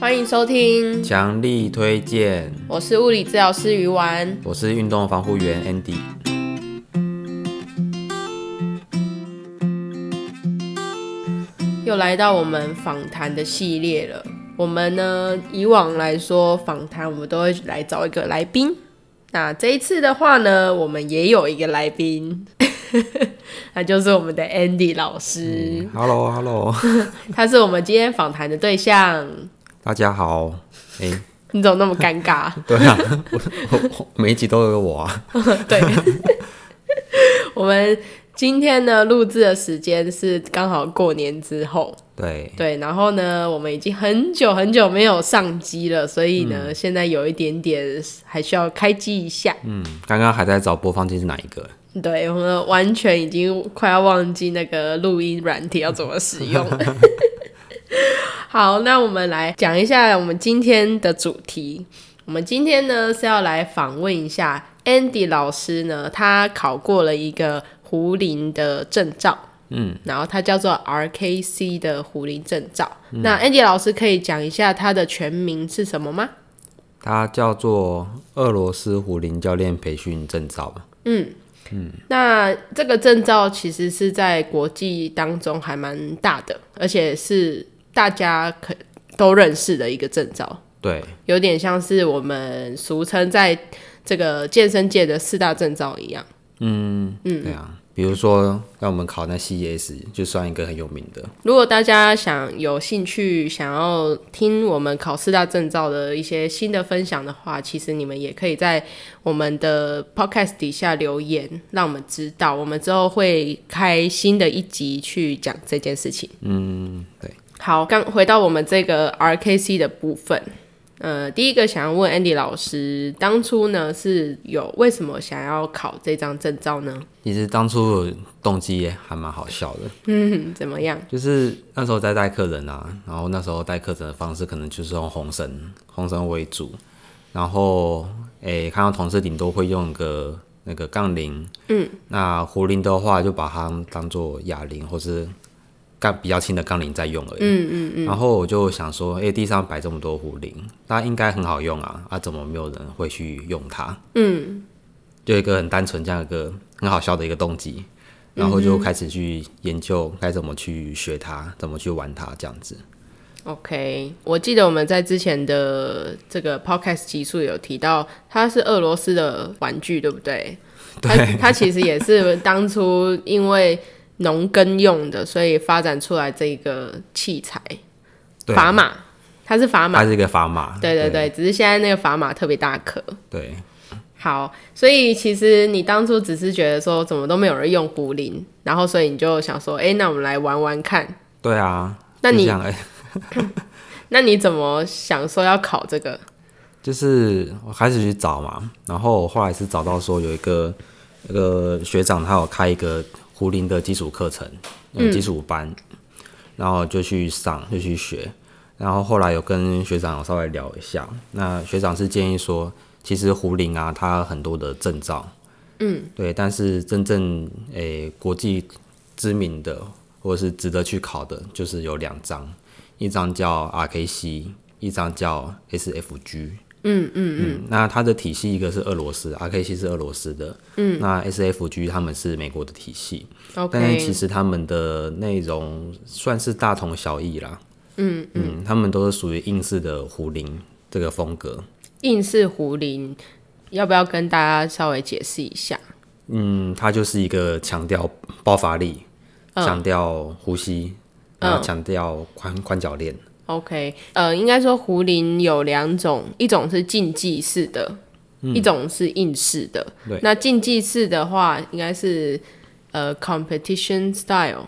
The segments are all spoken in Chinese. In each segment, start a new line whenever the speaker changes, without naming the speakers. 欢迎收听，
强力推荐，
我是物理治疗师鱼丸。
我是运动防护员 Andy。
又来到我们访谈的系列了。我们呢，以往来说访谈，我们都会来找一个来宾。那这一次的话呢，我们也有一个来宾， 那就是我们的 Andy 老师，
Hello，Hello，
他是我们今天访谈的对象。
大家好。哎、
你怎么那么尴尬？
对啊，我我我每一集都有我啊。
对， 我们今天呢录制的时间是刚好过年之后，
对，
对，然后呢，我们已经很久很久没有上机了，所以呢，现在有一点点还需要开机一下。
嗯，刚刚还在找播放器是哪一个？
对，我们完全已经快要忘记那个录音软体要怎么使用。好，那我们来讲一下我们今天的主题。我们今天呢是要来访问一下 Andy 老师呢，他考过了一个胡林的证照，嗯，然后它叫做 RKC 的胡林证照。那 Andy 老师可以讲一下它的全名是什么吗？
它叫做俄罗斯胡林教练培训证照嘛。
那这个证照其实是在国际当中还蛮大的，而且是大家可都认识的一个证照，
对，
有点像是我们俗称在这个健身界的四大证照一样。
对啊。比如说，让我们考那 CES 就算一个很有名的。
如果大家想有兴趣，想要听我们考四大证照的一些新的分享的话，其实你们也可以在我们的 podcast 底下留言，让我们知道。我们之后会开新的一集去讲这件事情。嗯，
对。
好，刚回到我们这个 RKC 的部分。呃，第一个想要问 Andy 老师，当初呢是有为什么想要考这张证照呢？
其实当初的动机也还蛮好笑的，
嗯，怎么样？
就是那时候在带客人啊，然后那时候带客人的方式可能就是用红绳，红绳为主，然后诶、看到同事顶多会用个那个杠铃，嗯，那壶铃的话就把它当做哑铃或是杠比较轻的杠铃在用而已，嗯嗯嗯。然后我就想说，诶、地上摆这么多壶铃，那应该很好用啊，啊，怎么没有人会去用它？嗯，就有一个很单纯这样一个很好笑的一个动机，
嗯
然后就开始去研究该怎么去学它，怎么去玩它这样子。
OK，我记得我们在之前的这个 podcast 集数有提到，它是俄罗斯的玩具，对不对？它它其实也是当初因为农耕用的，所以发展出来这个器材
对，
砝码，它是砝码，
它是一个砝码。
对对对，只是现在那个砝码特别大颗。
对
好，所以其实你当初只是觉得说怎么都没有人用壶铃，然后所以你就想说，哎、那我们来玩玩看。
对啊，
那你
就想哎、
那你怎么想说要考这个？
就是我开始去找嘛，然后我后来是找到说有一个那个学长他有开一个胡林的基础课程，嗯，基础班，然后就去上就去学，然后后来有跟学长有稍微聊一下，那学长是建议说，其实胡林啊，它很多的证照，嗯，对，但是真正诶、国际知名的或者是值得去考的，就是有两张，一张叫 RKC，一张叫 SFG。嗯，那它的体系一个是俄罗斯，RKC 是俄罗斯的，嗯，那 SFG 他们是美国的体系，但是
OK，
其实他们的内容算是大同小异啦，嗯嗯，他们都是属于应试的胡林这个风格，
硬式胡林，要不要跟大家稍微解释一下？
嗯，它就是一个强调爆发力，强调呼吸，然后强调宽宽脚链，
OK，呃，应该说壶铃有两种，一种是竞技式的，一种是应试的。
嗯对
那竞技式的话，应该是呃 competition style，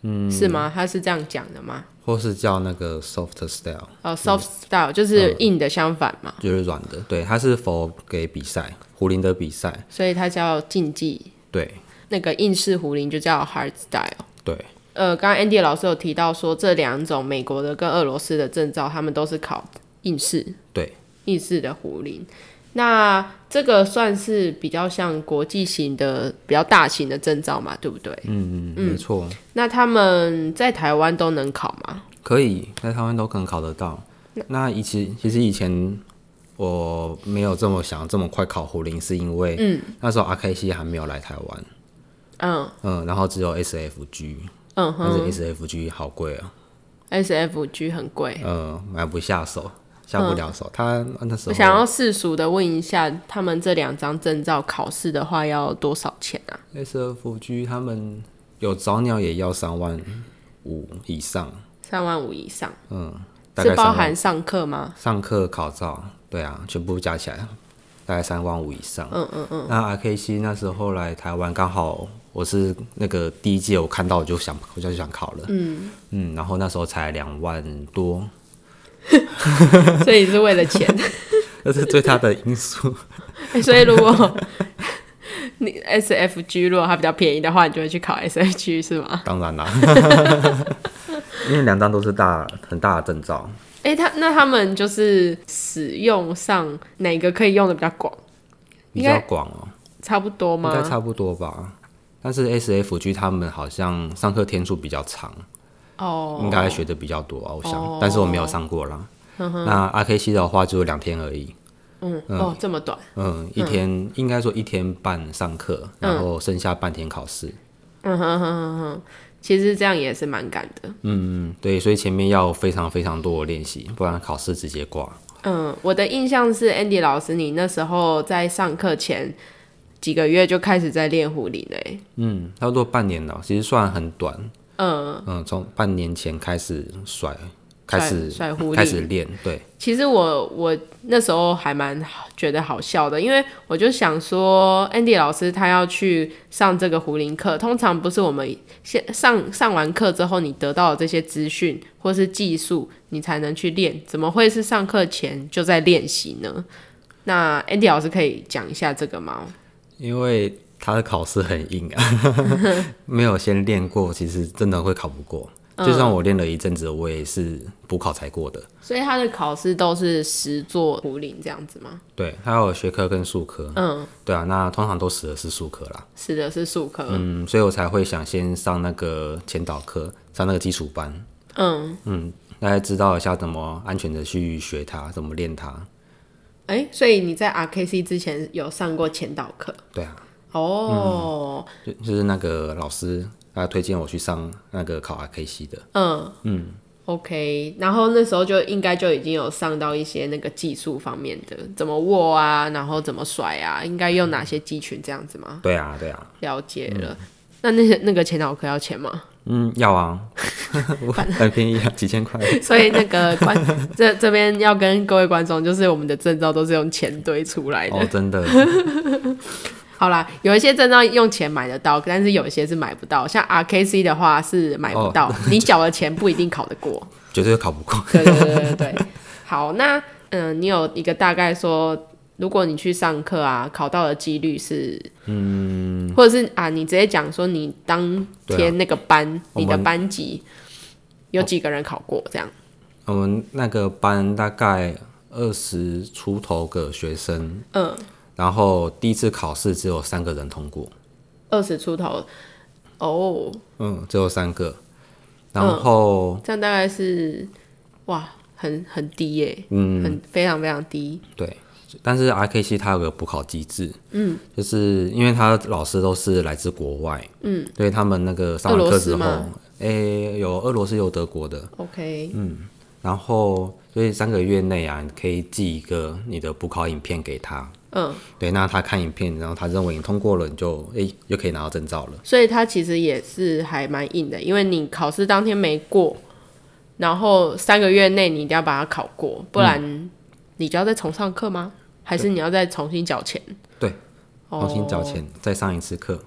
嗯，是吗？他是这样讲的吗？
或是叫那个 soft style，
哦、s o f t style 就是硬的相反嘛，
就是软的，对，它是否给比赛胡林的比赛，
所以它叫竞技。
对
那个硬式壶铃就叫 hard style。
对。
呃，刚刚 Andy 老师有提到说，这两种美国的跟俄罗斯的证照，他们都是考应试，
对，
应试的壶铃。那这个算是比较像国际型的、比较大型的证照嘛，对不对？
嗯，没错，
那他们在台湾都能考吗？
可以在台湾都可能考得到。那以前其实以前我没有这么想这么快考胡林，是因为那时候 RKC 还没有来台湾，
嗯
嗯，然后只有 SFG，
嗯
但
哼
是 SFG 好贵啊，
，SFG 很贵。
嗯，买不下手，下不了手。他那时
我
候
嗯想要世俗的问一下，他们这两张证照考试的话要多少钱啊？
SFG 他们有早鸟也要三万五以上，嗯
三万五以上，
大
是
概
包
三万
含上课吗？
上课考照，对啊，全部加起来大概三万五以上。嗯嗯嗯。那 RKC 那时候来台湾，刚好我是那个第一届，我看到我就想我就想考了。嗯嗯，然后那时候才两万多，
所以是为了钱。
这是最大的因 素。
欸所以如果你 SFG 如果它比较便宜的话，你就会去考 SFG 是吗？
当然啦， 因为两张都是大很大的证照。
哎、他那他们就是使用上哪个可以用的比较广，
比
应该
较广哦、
差不多
应该
吗？
差不多吧。但是 SFG 他们好像上课天数比较长，
哦，
应该学的比较多啊，我想。
哦
但是我没有上过啦。那 RKC 的话就两天而已，
嗯，哦，这么短，
嗯，一天、应该说一天半上课，然后剩下半天考试。
嗯哼哼哼哼，其实这样也是蛮赶的。
嗯，对，所以前面要非常非常多的练习，不然考试直接挂。
嗯，我的印象是 Andy 老师，你那时候在上课前几个月就开始在练欸狐狸嘞、
嗯，差不多半年了，其实算很短。嗯嗯，从半年前开始甩，开始
甩甩狐狸
开始练，对。
其实我我那时候还蛮好觉得好笑的，因为我就想说，Andy 老师他要去上这个胡林课，通常不是我们先上上完课之后，你得到的这些资讯或是技术，你才能去练，怎么会是上课前就在练习呢？那 Andy 老师可以讲一下这个吗？
因为他的考试很硬啊， 没有先练过，其实真的会考不过。
嗯
就算我练了一阵子，我也是补考才过的。
所以他的考试都是实做胡林这样子吗？
对，还有学科跟数科，
嗯，
对啊，那通常都死的是数科啦，
是的，是数科。
嗯，所以我才会想先上那个前导课，上那个基础班，
嗯
嗯，大家知道一下怎么安全的去学它，怎么练它，
哎、所以你在 RKC 之前有上过前导课
对啊，
哦？
就就是那个老师他推荐我去上那个考 RKC 的，
嗯嗯，OK。然后那时候就应该就已经有上到一些那个技术方面的，怎么握啊，然后怎么甩啊，应该用哪些肌群这样子吗？
对啊，对啊，
了解了。那那些那个前导课要钱吗？
嗯，要啊， 我很便宜啊，几千块。
所以那个观 这这边要跟各位观众，就是我们的证照都是用钱堆出来的。
哦，真 的，
好啦，有一些证照用钱买得到，但是有一些是买不到。像 RKC 的话是买不到，你缴的钱不一定考得 过。
绝对考不过。
对对对对对。好，那嗯、呃你有一个大概说，如果你去上课啊，考到的几率是，嗯，或者是啊，你直接讲说你当
对啊
天那个班，
我
你
们
的班级有几个人考过这样？
我们那个班大概二十出头个学生，嗯，然后第一次考试只有三个人通过，
二十出头，哦，
嗯，只有三个，然后、
这样大概是哇，很很低耶、嗯，很非常非常低，
对，但是 RKC 它有个补考机制，嗯，就是因为他老师都是来自国外，嗯，对他们那个上完课之
俄罗斯
后
吗，
诶、有俄罗斯有德国的，
OK，
然后所以三个月内啊，你可以寄一个你的补考影片给他，
嗯，
对，那他看影片，然后他认为你通过了，你就诶、就可以拿到证照了。
所以它其实也是还蛮硬的，因为你考试当天没过，然后三个月内你一定要把它考过，不然你就要再重上课吗？还是你要再重新缴钱？
对，重新缴
哦。
钱，再上一次课。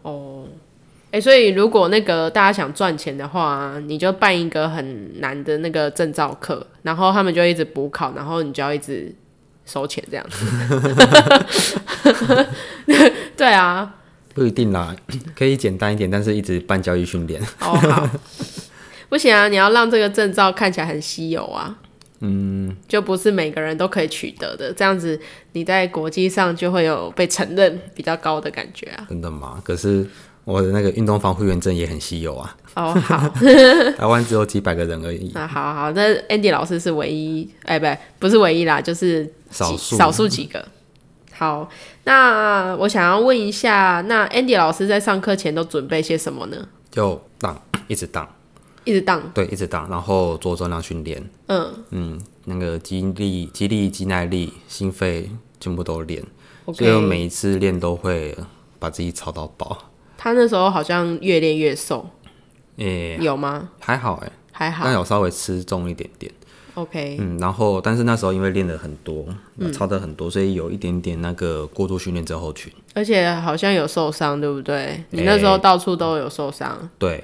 哎、所以如果那个大家想赚钱的话，你就办一个很难的那个证照课，然后他们就一直补考，然后你就要一直收钱这样子。 对啊，
不一定啦， 可以简单一点，但是一直办教育训练。
哦好，不行啊，你要让这个证照看起来很稀有啊。嗯，就不是每个人都可以取得的，这样子你在国际上就会有被承认比较高的感觉啊。
真的吗？可是我的那个运动防护员证也很稀有啊，
哦，好，
台湾只有几百个人而已，
那好好，那 Andy 老师是唯一，哎、不，不是唯一啦，就是
少
几
数
少数几个。好，那我想要问一下，那 Andy 老师在上课前都准备些什么呢？
就荡一直荡，
一直荡，
对，一直荡，然后做重量训练，
嗯
嗯，那个肌力、肌力、肌耐力、心肺全部都练，所以我
，OK。
每一次练都会把自己操到爆，
他那时候好像越练越瘦，
诶、
有吗？
还好诶、
还好
但有稍微吃重一点点。
，OK。
嗯，然后但是那时候因为练的很多，操的很多，所以有一点点那个过度训练症候群。
而且好像有受伤，对不对？你那时候到处都有受伤，
对，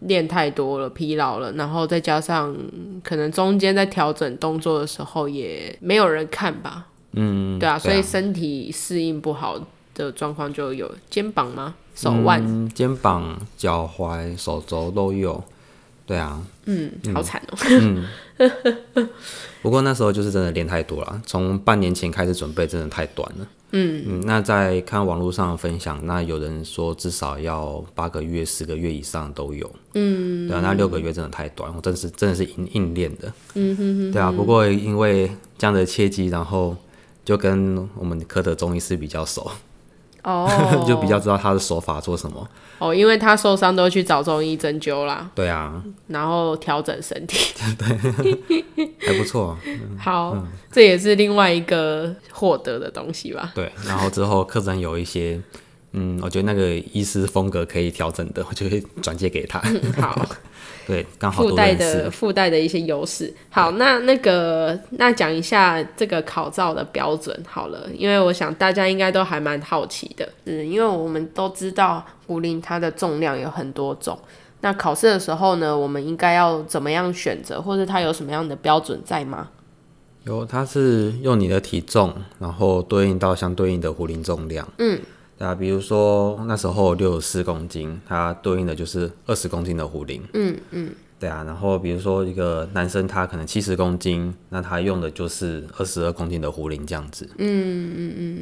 练太多了，疲劳了，然后再加上可能中间在调整动作的时候也没有人看吧，
嗯，
对啊，所以
对
身体适应不好的状况就有肩膀吗？手腕，
嗯肩膀、脚踝、手肘都有。对啊，
嗯，好惨哦、
不过那时候就是真的练太多了，从半年前开始准备真的太短了。嗯那在看网络上的分享，那有人说至少要八个月、十个月以上都有。嗯，对啊，那六个月真的太短，我真是真的是硬硬练的。嗯哼哼对啊，不过因为这样的契机，然后就跟我们科的中医师比较熟，
哦
，就比较知道他的手法做什么。
哦，因为他受伤都去找中医针灸啦，
对啊，
然后调整身体。
还不错啊。
好，这也是另外一个获得的东西 吧。
对，然后之后课程有一些，嗯，我觉得那个医师风格可以调整的，我就会转借给他。
嗯好。
对，刚好
附
都
带
认识
的。附带的一些优势。好，那那个那讲一下这个考照的标准好了，因为我想大家应该都还蛮好奇的，嗯，因为我们都知道壶铃它的重量有很多种。那考试的时候呢，我们应该要怎么样选择，或者它有什么样的标准在吗？
有，它是用你的体重，然后对应到相对应的壶铃重量。嗯，那比如说那时候六十四公斤，它对应的就是二十公斤的壶铃。嗯嗯，对啊。然后比如说一个男生他可能七十公斤，那他用的就是二十二公斤的壶铃这样
嗯
子。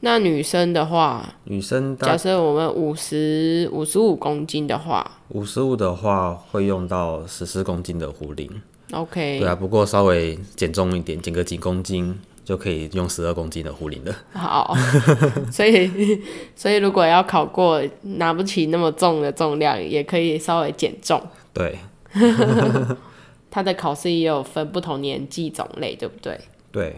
那女生的话，
女生大
假设我们五十五十五公斤的话
五十五的话会用到十四公斤的壶铃。
，OK，
对啊，不过稍微减重一点，减个几公斤就可以用十二公斤的壶铃了。
好， 所以 所以如果要考过拿不起那么重的重量，也可以稍微减重。
对
它的考试也有分不同年纪种类，对不对？
对，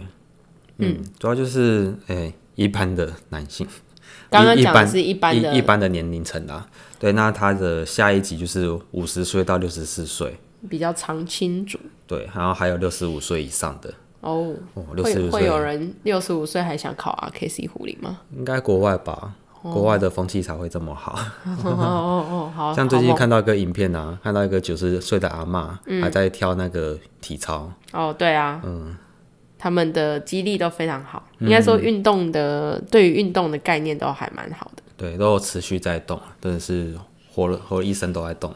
嗯，主要就是诶、一般的男性，
刚刚
一一
讲的
般
是一般的
一一般的年龄层啊。对，那他的下一级就是五十岁到六十四岁，
比较常青组
对，然后还有六十五岁以上的
哦。
哦，六十
会
五
会有
岁
人六十五岁还想考 RKC 狐狸 吗？
应该国外吧。国外的风气才会这么好，
哦哦哦，好，
像最近
好嗯猛
看到一个影片啊，看到一个九十岁的阿嬷还在跳那个体操，
哦，对啊，嗯，他们的肌力都非常好，
嗯
应该说运动的对于运动的概念都还蛮好的。
对，都有持续在动，真的是活了活了一生都在动。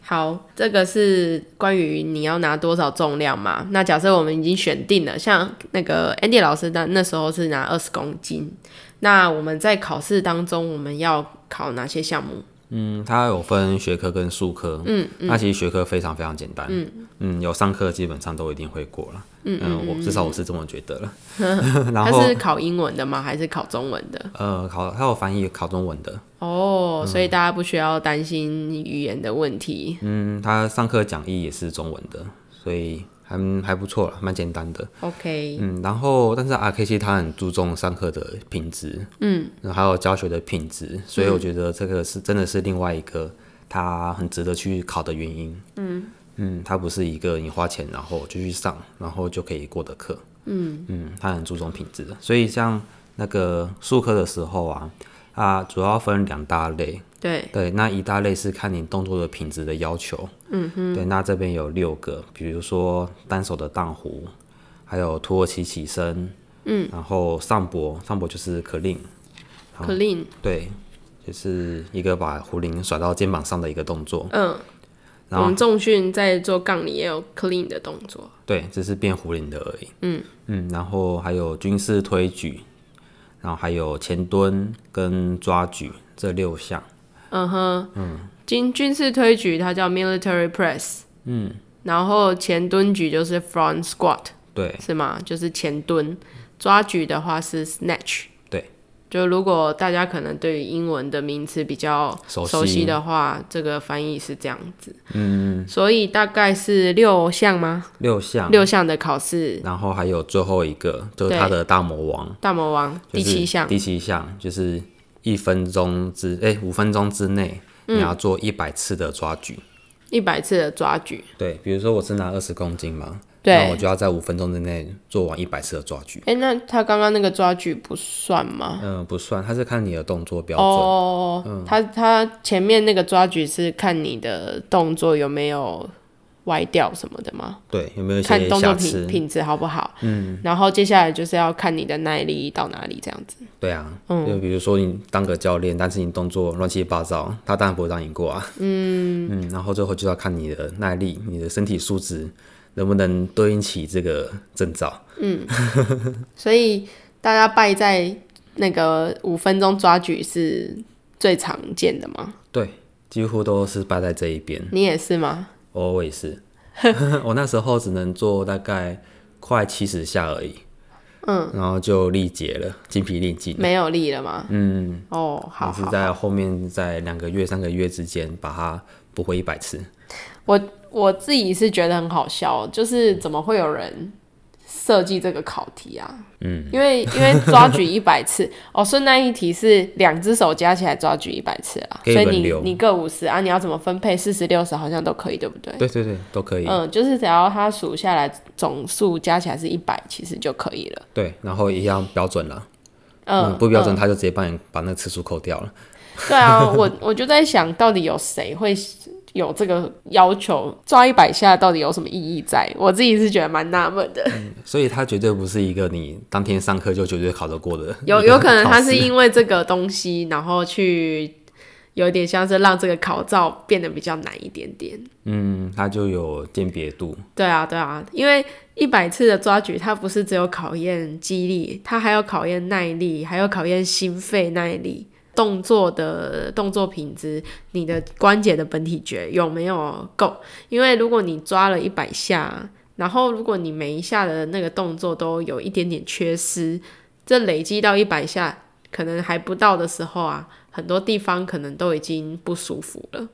好，这个是关于你要拿多少重量嘛？那假设我们已经选定了，像那个 Andy 老师那那时候是拿二十公斤，那我们在考试当中我们要考哪些项目？
嗯，它有分学科跟术科，嗯，那其实学科非常非常简单，嗯有上课基本上都一定会过了，嗯我至少我是这么觉得 了。然
它
后
是考英文的吗？还是考中文的？
呃，考它有翻译考中文的，
哦，所以大家不需要担心语言的问题。
嗯，它上课讲义也是中文的，所以还还不错了，蛮简单的。
OK，
嗯，然后但是 RKC 它很注重上课的品质，嗯，还有教学的品质，所以我觉得这个是真的是另外一个它很值得去考的原因。嗯嗯，它不是一个你花钱然后就去上，然后就可以过的课。嗯嗯，它很注重品质，所以像那个术科的时候啊，啊，主要分两大类，
对，
对，那一大类是看你动作的品质的要求。嗯哼。对，那这边有六个，比如说单手的荡弧，还有土耳其起身，嗯，然后上搏，上搏就是可令，
clean，
对，就是一个把壶铃甩到肩膀上的一个动作。
嗯，
然
我
后
们重训在做杠铃也有 clean 的动作。
对，只是变壶铃的而已。嗯嗯，然后还有军事推举，然后还有前蹲跟抓举这六项。
嗯哼，军军事推举它叫 military press，嗯，然后前蹲举就是 front squat
对
是吗？就是前蹲，抓举的话是 snatch。
对，
就如果大家可能对于英文的名词比较
熟悉
熟悉的话，这个翻译是这样子。嗯，所以大概是六项吗？
六项，
六项的考试，
然后还有最后一个就是
对
他的大魔王，
大魔王
就
第
是
七项，
第七项就是一分钟之哎五分钟之内
嗯
你要做一百次的抓举。
一百次的抓举。
对，比如说我是拿二十公斤嘛，那
对，
我就要在五分钟之内做完一百次的抓举。
哎，那他刚刚那个抓举不算吗？
嗯，不算，它是看你的动作标准。嗯
哦，他他前面那个抓举是看你的动作有没有歪掉什么的吗？
对，有没有一
看
些
动作
瑕
品
疵？
品质好不好？嗯，然后接下来就是要看你的耐力到哪里这样子。
对啊，
嗯
就比如说你当个教练，但是你动作乱七八糟，他当然不会让你过啊。嗯嗯，然后最后就要看你的耐力、你的身体素质能不能对应起这个证照。
所以大家败在那个五分钟抓举是最常见的吗？
对，几乎都是败在这一边。
你也是吗？
哦我也是， 我那时候只能做大概快七十下而已。嗯，然后就力竭了，精疲力尽。
没有力了吗？嗯，哦，好
我是
好。
在后面在两个月、三个月之间把它补回一百次。
哎我我自己是觉得很好笑，就是怎么会有人设计这个考题啊？嗯，因为因为抓举一百次 哦，顺带一提是两只手加起来抓举一百次啊，
可以
所以
轮
你
流
你各五十啊，你要怎么分配？四十六十好像都可以，对不对？
对对对，都可以。
嗯，就是只要它数下来总数加起来是一百，其实就可以了。
对，然后一样标准了。
嗯，
嗯，不标准，他就直接帮你把那个次数扣掉了。
对啊， 我我就在想到底有谁会有这个要求，抓一百下到底有什么意义在？我自己是觉得蛮纳闷的。
所以他绝对不是一个你当天上课就绝对考得过的。
有有可能他是因为这个东西，然后去有点像是让这个考照变得比较难一点点。
嗯，他就有鉴别度。
对啊，对啊，因为一百次的抓举，它不是只有考验肌力，它还要考验耐力，还要考验心肺耐力、动作的动作品质、你的关节的本体觉有没有够。因为如果你抓了一百下，然后如果你每一下的那个动作都有一点点缺失，这累积到一百下，可能还不到的时候啊，很多地方可能都已经不舒服了。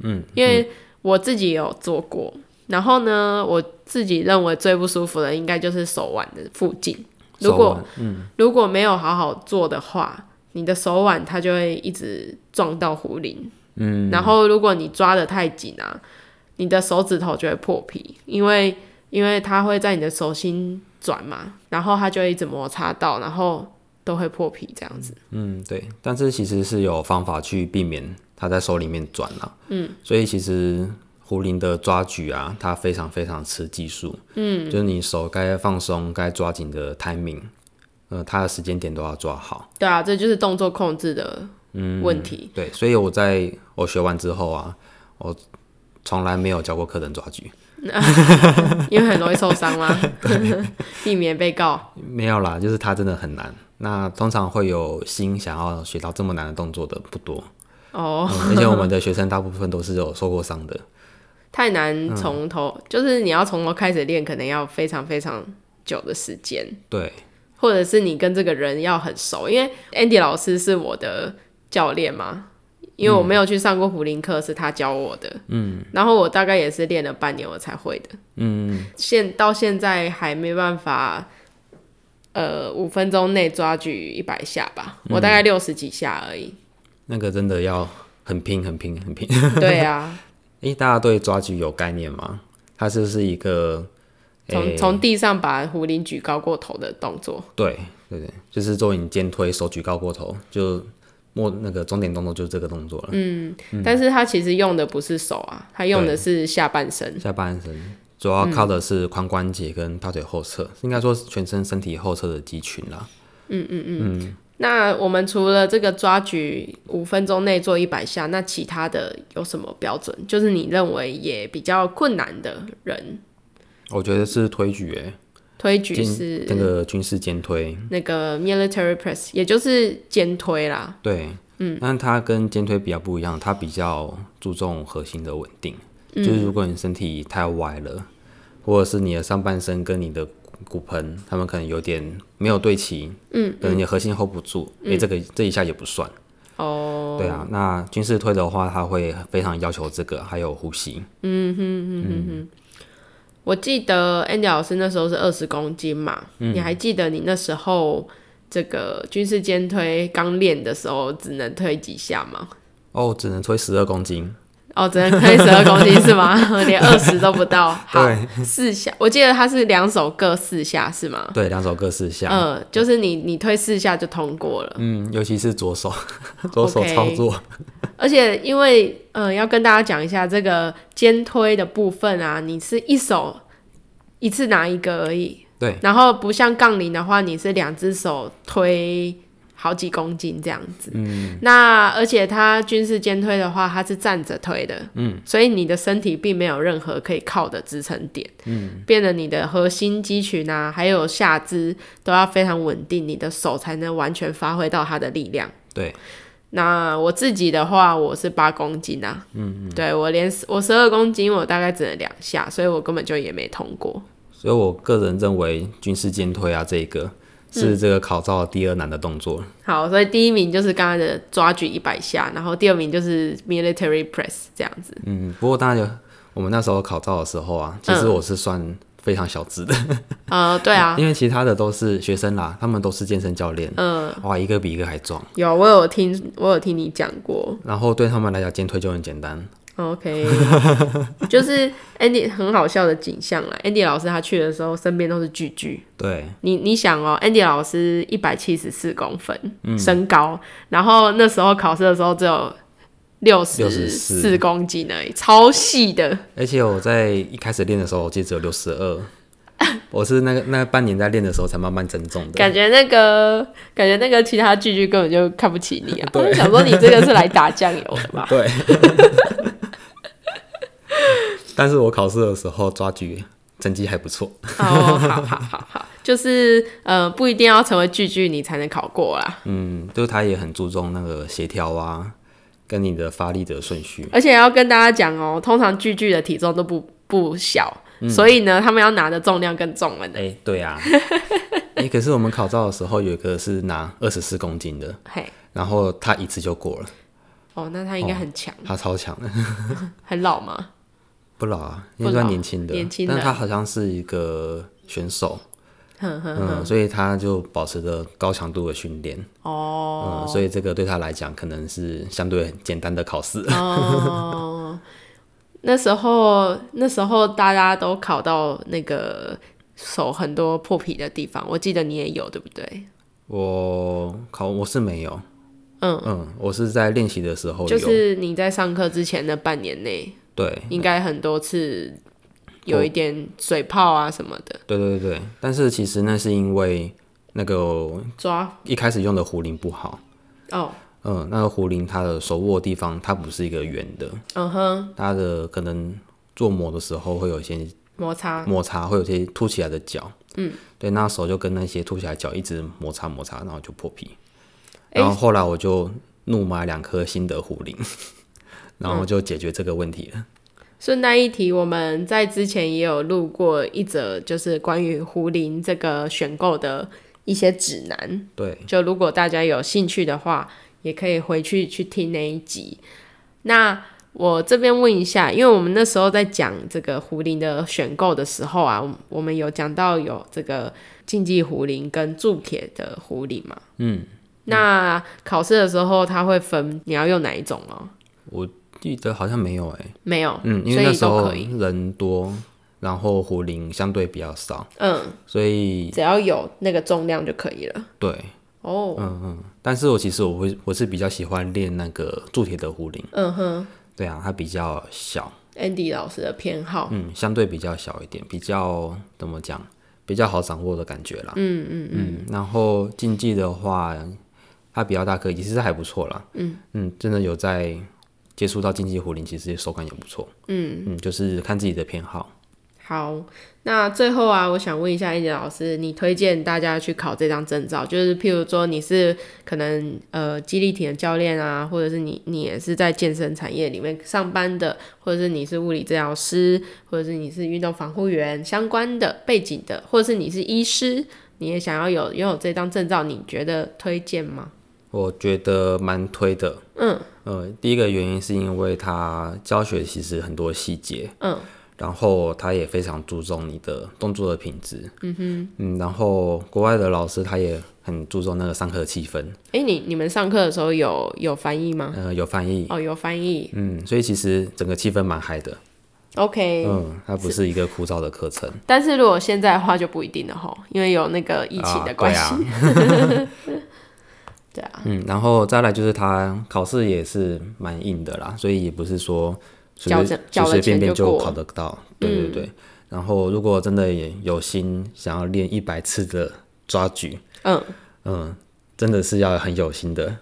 嗯，因为我自己也有做过。然后呢，我自己认为最不舒服的应该就是手腕的附近。如果
手腕
如果没有好好做的话，你的手腕它就会一直撞到壶铃。嗯，然后如果你抓的太紧啊，你的手指头就会破皮，因为因为它会在你的手心转嘛，然后它就会一直摩擦到，然后都会破皮这样子。
嗯，嗯，对，但是其实是有方法去避免他在手里面转啦。嗯，所以其实胡林的抓举啊，它非常非常吃技术。嗯，就是你手该放松、该抓紧的 timing，呃，它的时间点都要抓好。
对啊，这就是动作控制的问题。
对，所以我在我学完之后啊，我从来没有教过客人抓举，
因为很容易受伤啦，避免被告。
没有啦，就是它真的很难。那通常会有心想要学到这么难的动作的不多，
哦，
嗯而且我们的学生大部分都是有受过伤的。
太难从头，就是你要从头开始练，可能要非常非常久的时间，
对，
或者是你跟这个人要很熟。因为 Andy 老师是我的教练嘛，因为我没有去上过胡林课，是他教我的。嗯，然后我大概也是练了半年我才会的。嗯，现到现在还没办法。呃，五分钟内抓举一百下吧，我大概六十几下而 已。
那个真的要很拼、很拼、很拼。
对啊，
诶，大家对抓举有概念吗？它就是一个，
从
诶
从地上把壶铃举高过头的动作。
对对对，就是做你肩推、手举高过头，就末那个终点动作就是这个动作了，
但是他其实用的不是手啊，他用的是下半身。
下半身主要靠的是髋关节跟大腿后侧，应该说是全身身体后侧的肌群啦。
那我们除了这个抓举五分钟内做一百下，那其他的有什么标准？就是你认为也比较困难的人
我觉得是推举、欸，
推举
兼
是
那个军事监推，
那个 military press，也就是肩推啦。
对，嗯，但它跟肩推比较不一样，它比较注重核心的稳定，就是如果你身体太歪了，或者是你的上半身跟你的骨盆，他们可能有点没有对齐，嗯，可能你的核心 hold 不住，哎、这个这一下也不算，
哦，
对啊，那军事推的话，它会非常要求这个，还有呼吸，
我记得 Andy 老师那时候是二十公斤嘛，你还记得你那时候这个军事肩推刚练的时候只能推几下吗？
哦，只能推十二公斤，
哦，只能推十二公斤是吗？ 连二十都不到。好，四下，我记得他是两手各四下是吗？
对，两手各四下，
哦嗯、就是你你推四下就通过了。
嗯，尤其是左手， 左手
OK
操作
而且因为呃，要跟大家讲一下这个肩推的部分啊，你是一手一次拿一个而已，
对，
然后不像杠铃的话，你是两只手推好几公斤这样子。嗯，那而且它军事肩推的话，它是站着推的，嗯，所以你的身体并没有任何可以靠的支撑点，嗯，变得你的核心肌群啊，还有下肢都要非常稳定，你的手才能完全发挥到它的力量。
对，
那我自己的话，我是八公斤啊，嗯嗯，对我连我十二公斤，我大概只能两下，所以我根本就也没通过。
所以我个人认为军事肩推啊，这一个是这个考照第二难的动作。
好，所以第一名就是刚刚的抓举一百下，然后第二名就是 military press 这样子。
嗯，不过当然有，我们那时候考照的时候啊，其实我是算非常小资的，
呃，对 啊，
因为其他的都是学生啦，他们都是健身教练，嗯，哇，一个比一个还壮。
有我有听，我有听你讲过。
然后对他们来讲，肩推就很简单。
OK，就是 Andy 很好笑的景象啦。Andy 老师他去的时候，身边都是巨巨。
对，
你你想哦，Andy 老师一百七十四公分、身高，然后那时候考试的时候只有六十四
64
公斤而已，超细的。
而且我在一开始练的时候，我记得只有六十二，我是那个那半年在练的时候才慢慢增重的。
感觉那个感觉那个其他剧剧根本就看不起你啊！他们想说你这个是来打酱油的 吧？
对。但是我考试的时候抓举成绩还不错，
哦，好好好好，就是呃，不一定要成为剧剧你才能考过啊啦，
嗯，就是他也很注重那个协调啊，跟你的发力的顺序。
而且要跟大家讲哦，通常剧剧的体重都不不小，所以呢，他们要拿的重量更重了呢。
哎、对 啊，哎、可是我们考照的时候有一个是拿二十四公斤的，
嘿，
然后他一次就过了，
哦，那他应该很强，
他超强的，
很老吗？
不老啊，
不
应该算
老
年轻的，
年轻的
但他好像是一个选手，嗯，所以他就保持着高强度的训练，
哦，
嗯，所以这个对他来讲可能是相对很简单的考试。
哦，那时候那时候大家都考到那个手很多破皮的地方，我记得你也有对不对？
我考我是没有，嗯嗯，我是在练习的时候有，
就是你在上课之前的半年内，
对
应该很多次有一点水泡啊什么的，
对对对对，但是其实那是因为那个
抓
一开始用的壶铃不好，
哦，
嗯，那个壶铃它的手握的地方它不是一个圆的，
嗯哼，
它的可能做磨的时候会有一些
摩擦，
摩擦，会有一些凸起来的角，嗯，对，那手就跟那些凸起来的角一直摩擦摩擦，然后就破皮，
诶
然后后来我就怒买两颗新的壶铃， 然后就解决这个问题了。
顺带一提，我们在之前也有录过一则，就是关于胡林这个选购的一些指南。
对，
就如果大家有兴趣的话，也可以回去去听那一集。那我这边问一下，因为我们那时候在讲这个胡林的选购的时候啊，我们我们有讲到有这个竞技胡林跟铸铁的胡林嘛。嗯。那考试的时候，他会分你要用哪一种哦？
我记得好像没有哎、
没有，
嗯，因
所
为
以
那时
都
候
可以。
人多，然后壶铃相对比较少，
嗯，
所以
只要有那个重量就可以了。
对，
哦，
嗯但是我其实我会我是比较喜欢练那个铸铁的壶铃，
嗯哼
对啊，它比较小，
，Andy 老师的偏好。
嗯，相对比较小一点，比较怎么讲，比较好掌握的感觉啦，嗯嗯嗯，然后竞技的话，它比较大颗，其实还不错啦，嗯嗯，真的有在接触到竞技壶铃，其实手感也不错，嗯嗯，就是看自己的偏好，
好，那最后啊，我想问一下燕姐老师，你推荐大家去考这张证照，就是譬如说你是可能呃激励体的教练啊，或者是你你也是在健身产业里面上班的，或者是你是物理治疗师，或者是你是运动防护员相关的背景的，或者是你是医师，你也想要有拥有这张证照，你觉得推荐吗？
我觉得蛮推的。嗯，呃，第一个原因是因为它教学其实很多细节。嗯，然后它也非常注重你的动作的品质。嗯哼，嗯，然后国外的老师他也很注重那个上课的气氛。
诶，你你们上课的时候有有翻译吗？
呃，有翻译。
哦，有翻译。
嗯，所以其实整个气氛蛮嗨的。
OK，、
嗯，它不是一个枯燥的课程。
但是如果现在的话就不一定了吼，因为有那个疫情的关系。
啊
对啊，
嗯，然后再来就是他考试也是蛮硬的啦，所以也不是说随
交
随
着交了
随便
钱
便
就过嗯
考得到。对对对。然后如果真的也有心想要练一百次的抓举，
嗯，
嗯，真的是要很有心的，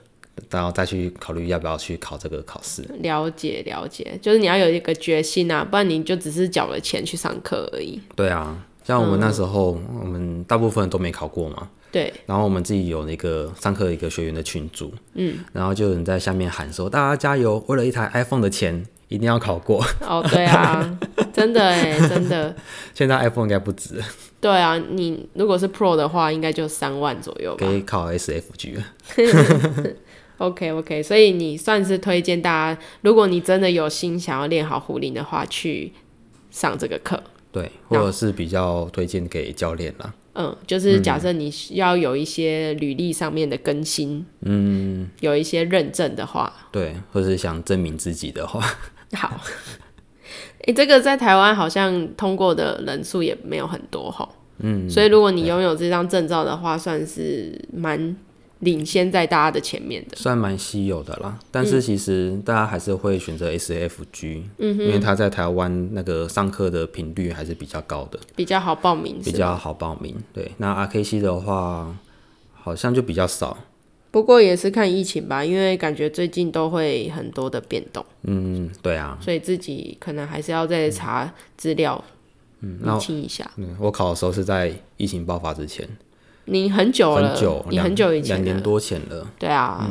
然后再去考虑要不要去考这个考试。
了解了解，就是你要有一个决心啊，不然你就只是缴了钱去上课而已。
对啊，像我们那时候，我们大部分都没考过嘛。
对，
然后我们自己有那个上课一个学员的群组，嗯，然后就有人在下面喊说：“大家加油！为了一台 iPhone 的钱，一定要考过。”
哦，对啊，真的哎，真的，
现在 iPhone 应该不止，
对啊，你如果是 Pro 的话，应该就三万左右吧
可。以考 SFG 了。
OK OK，所以你算是推荐大家，如果你真的有心想要练好壶铃的话，去上这个课。
对，或者是比较推荐给教练啦。
嗯，就是假设你需要有一些履历上面的更新，嗯，有一些认证的话，
对，或是想证明自己的话，
好。 诶、这个在台湾好像通过的人数也没有很多哈，嗯，所以如果你拥有这张证照的话，算是蛮领先在大家的前面的。
算蛮稀有的啦。但是其实大家还是会选择 SFG，、嗯、因为它在台湾那个上课的频率还是比较高的，
比较好报名是
比
吗
较好报名。对，那 RKC 的话，好像就比较少。
不过也是看疫情吧，因为感觉最近都会很多的变动，
嗯，对啊，
所以自己可能还是要再查资料，嗯，
那
理清一下。
嗯，我考的时候是在疫情爆发之前，
你很久了，
很久，
你
两
很久以前
两
了
年多前了。
对啊，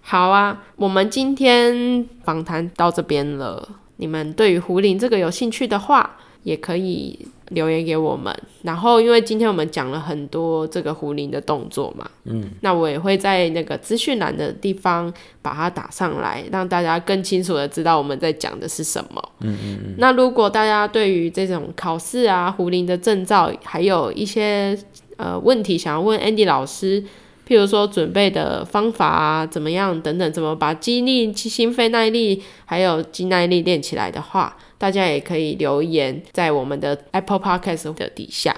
好啊，我们今天访谈到这边了。你们对于胡林这个有兴趣的话，也可以留言给我们。然后，因为今天我们讲了很多这个胡林的动作嘛，嗯，那我也会在那个资讯栏的地方把它打上来，让大家更清楚的知道我们在讲的是什么。嗯嗯嗯。那如果大家对于这种考试啊、胡林的证照，还有一些呃问题想要问 Andy 老师，譬如说准备的方法啊，怎么样等等，怎么把肌力、心肺耐力还有肌耐力练起来的话，大家也可以留言在我们的 Apple Podcast 的底下。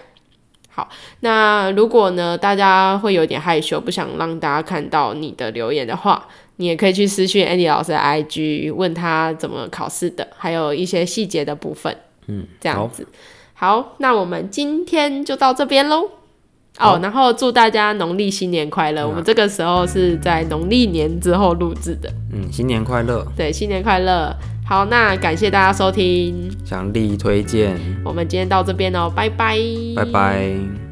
好，那如果呢，大家会有点害羞，不想让大家看到你的留言的话，你也可以去私讯 Andy 老师的 IG，问他怎么考试的，还有一些细节的部分。嗯，这样子。好，那我们今天就到这边喽。哦，然后祝大家农历新年快乐！我们这个时候是在农历年之后录制的，
嗯，新年快乐！
对，新年快乐！好，那感谢大家收听，
强力推荐，
嗯我们今天到这边哦，拜拜，
拜拜。